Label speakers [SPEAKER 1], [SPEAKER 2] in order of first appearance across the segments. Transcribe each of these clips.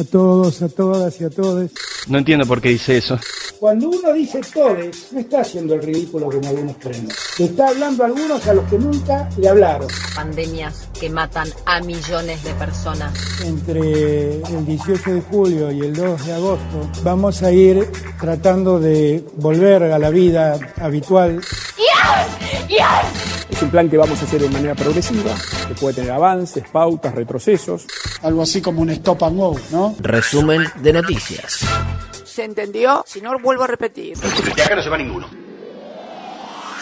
[SPEAKER 1] a todos, a todas y a todos.
[SPEAKER 2] No entiendo por qué dice eso.
[SPEAKER 3] Cuando uno dice todes, no está haciendo el ridículo como algunos creen. Le está hablando a algunos a los que nunca le hablaron.
[SPEAKER 4] Pandemias que matan a millones de personas.
[SPEAKER 1] Entre el 18 de julio y el 2 de agosto vamos a ir tratando de volver a la vida habitual.
[SPEAKER 5] Es un plan que vamos a hacer de manera progresiva, que puede tener avances, pautas, retrocesos.
[SPEAKER 3] Algo así como un stop and go, ¿no?
[SPEAKER 6] Resumen de noticias.
[SPEAKER 7] ¿Se entendió? Si no, vuelvo a repetir.
[SPEAKER 8] De acá no se va ninguno.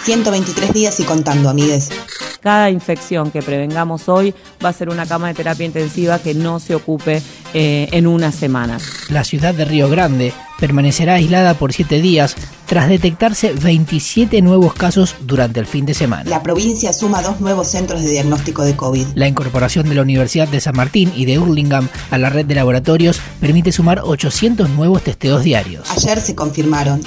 [SPEAKER 9] 123 días y contando, amigues.
[SPEAKER 10] Cada infección que prevengamos hoy va a ser una cama de terapia intensiva que no se ocupe eh, en una semana.
[SPEAKER 11] La ciudad de Río Grande permanecerá aislada por 7 días tras detectarse 27 nuevos casos durante el fin de semana.
[SPEAKER 9] La provincia suma dos nuevos centros de diagnóstico de COVID.
[SPEAKER 11] La incorporación de la Universidad de San Martín y de Hurlingham a la red de laboratorios permite sumar 800 nuevos testeos diarios.
[SPEAKER 9] Ayer se confirmaron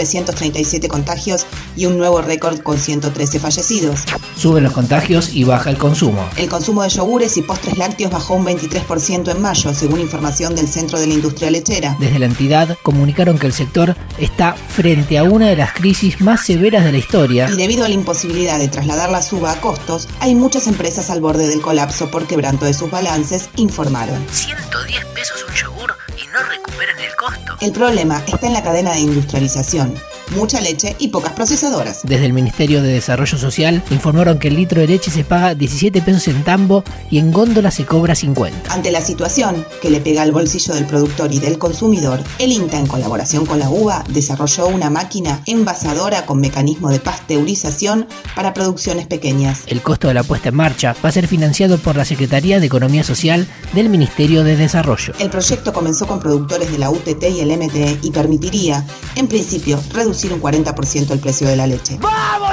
[SPEAKER 9] 3.937 contagios y un nuevo récord con 113 fallecidos.
[SPEAKER 11] Suben los contagios y baja el consumo.
[SPEAKER 9] El consumo de yogures y postres lácteos bajó un 23% en mayo, según información del Centro de la Industria Lechera.
[SPEAKER 11] Desde la entidad comunicaron que el sector está frente a una de las crisis más severas de la historia.
[SPEAKER 9] Y debido a la imposibilidad de trasladar la suba a costos, hay muchas empresas al borde del colapso por quebranto de sus balances, informaron.
[SPEAKER 6] 110 pesos un yogur y no recuperan el costo.
[SPEAKER 9] El problema está en la cadena de industrialización. Mucha leche y pocas procesadoras.
[SPEAKER 11] Desde el Ministerio de Desarrollo Social informaron que el litro de leche se paga 17 pesos en tambo y en góndola se cobra 50.
[SPEAKER 9] Ante la situación que le pega al bolsillo del productor y del consumidor, el INTA en colaboración con la UBA desarrolló una máquina envasadora con mecanismo de pasteurización para producciones pequeñas.
[SPEAKER 11] El costo de la puesta en marcha va a ser financiado por la Secretaría de Economía Social del Ministerio de Desarrollo.
[SPEAKER 9] El proyecto comenzó con productores de la UTT y el MTE y permitiría, en principio, reducir un 40% el precio de la leche.
[SPEAKER 7] ¡Vamos,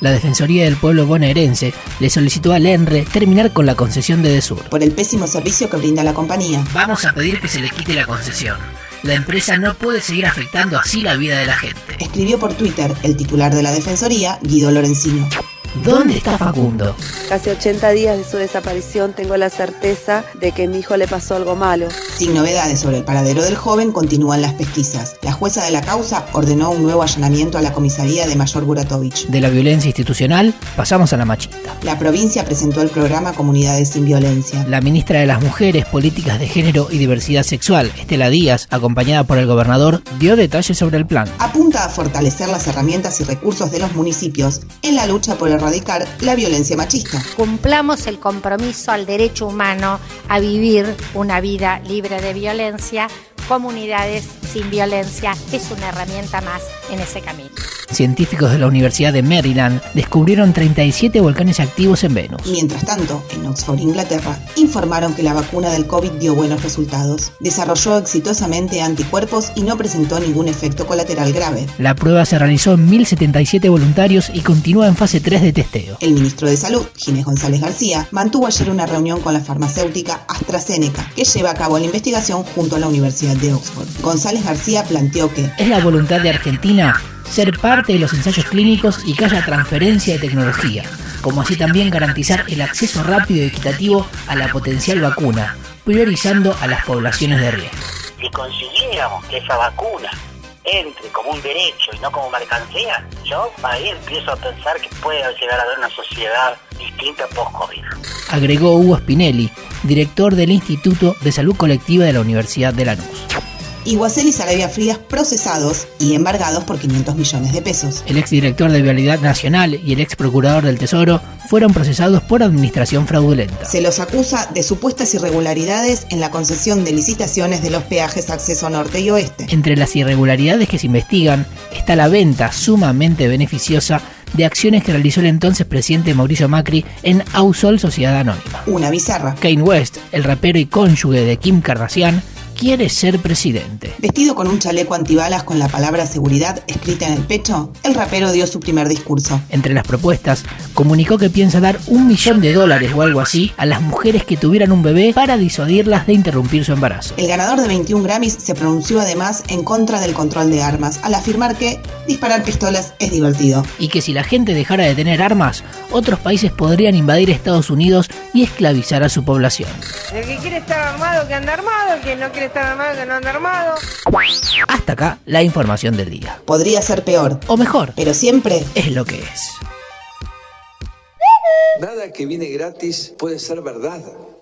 [SPEAKER 11] la Defensoría del Pueblo bonaerense le solicitó al ENRE terminar con la concesión de Desur.
[SPEAKER 9] Por el pésimo servicio que brinda la compañía.
[SPEAKER 6] Vamos a pedir que se le quite la concesión. La empresa no puede seguir afectando así la vida de la gente.
[SPEAKER 9] Escribió por Twitter el titular de la Defensoría, Guido Lorenzino.
[SPEAKER 11] ¿Dónde está Facundo?
[SPEAKER 12] Casi 80 días de su desaparición tengo la certeza de que a mi hijo le pasó algo malo.
[SPEAKER 9] Sin novedades sobre el paradero del joven continúan las pesquisas. La jueza de la causa ordenó un nuevo allanamiento a la comisaría de Mayor Buratovich.
[SPEAKER 11] De la violencia institucional pasamos a la machista.
[SPEAKER 9] La provincia presentó el programa Comunidades sin Violencia.
[SPEAKER 11] La ministra de las Mujeres, Políticas de Género y Diversidad Sexual, Estela Díaz, acompañada por el gobernador, dio detalles sobre el plan.
[SPEAKER 9] Apunta a fortalecer las herramientas y recursos de los municipios en la lucha por el erradicar la violencia machista.
[SPEAKER 13] Cumplamos el compromiso al derecho humano a vivir una vida libre de violencia. Comunidades sin violencia es una herramienta más en ese camino.
[SPEAKER 11] Científicos de la Universidad de Maryland descubrieron 37 volcanes activos en Venus.
[SPEAKER 9] Mientras tanto, en Oxford, Inglaterra, informaron que la vacuna del COVID dio buenos resultados. Desarrolló exitosamente anticuerpos y no presentó ningún efecto colateral grave.
[SPEAKER 11] La prueba se realizó en 1.077 voluntarios y continúa en fase 3 de testeo.
[SPEAKER 9] El ministro de Salud, Ginés González García, mantuvo ayer una reunión con la farmacéutica AstraZeneca, que lleva a cabo la investigación junto a la Universidad de Oxford. González García planteó que...
[SPEAKER 11] Es la voluntad de Argentina ser parte de los ensayos clínicos y que haya transferencia de tecnología, como así también garantizar el acceso rápido y equitativo a la potencial vacuna, priorizando a las poblaciones de riesgo.
[SPEAKER 8] Si consiguiéramos que esa vacuna entre como un derecho y no como mercancía, yo ahí empiezo a pensar que puede llegar a haber una sociedad distinta post-COVID.
[SPEAKER 11] Agregó Hugo Spinelli, director del Instituto de Salud Colectiva de la Universidad de Lanús
[SPEAKER 9] Iguacel y Sarabia Frías procesados y embargados por 500 millones de pesos.
[SPEAKER 11] El exdirector de Vialidad Nacional y el ex procurador del Tesoro fueron procesados por administración fraudulenta.
[SPEAKER 9] Se los acusa de supuestas irregularidades en la concesión de licitaciones de los peajes acceso norte y oeste.
[SPEAKER 11] Entre las irregularidades que se investigan está la venta sumamente beneficiosa de acciones que realizó el entonces presidente Mauricio Macri en Ausol Sociedad Anónima.
[SPEAKER 9] Una bizarra.
[SPEAKER 11] Kane West, el rapero y cónyuge de Kim Kardashian, quiere ser presidente.
[SPEAKER 9] Vestido con un chaleco antibalas con la palabra seguridad escrita en el pecho, el rapero dio su primer discurso.
[SPEAKER 11] Entre las propuestas, comunicó que piensa dar un millón de dólares o algo así a las mujeres que tuvieran un bebé para disuadirlas de interrumpir su embarazo.
[SPEAKER 9] El ganador de 21 Grammys se pronunció además en contra del control de armas, al afirmar que disparar pistolas es divertido.
[SPEAKER 11] Y que si la gente dejara de tener armas, otros países podrían invadir Estados Unidos y esclavizar a su población.
[SPEAKER 14] El que quiere estar armado, que anda armado. El que no quiere estar armado, que no anda armado.
[SPEAKER 11] Hasta acá la información del día.
[SPEAKER 9] Podría ser peor.
[SPEAKER 11] O mejor.
[SPEAKER 9] Pero siempre
[SPEAKER 11] es lo que es.
[SPEAKER 15] Nada que viene gratis puede ser verdad.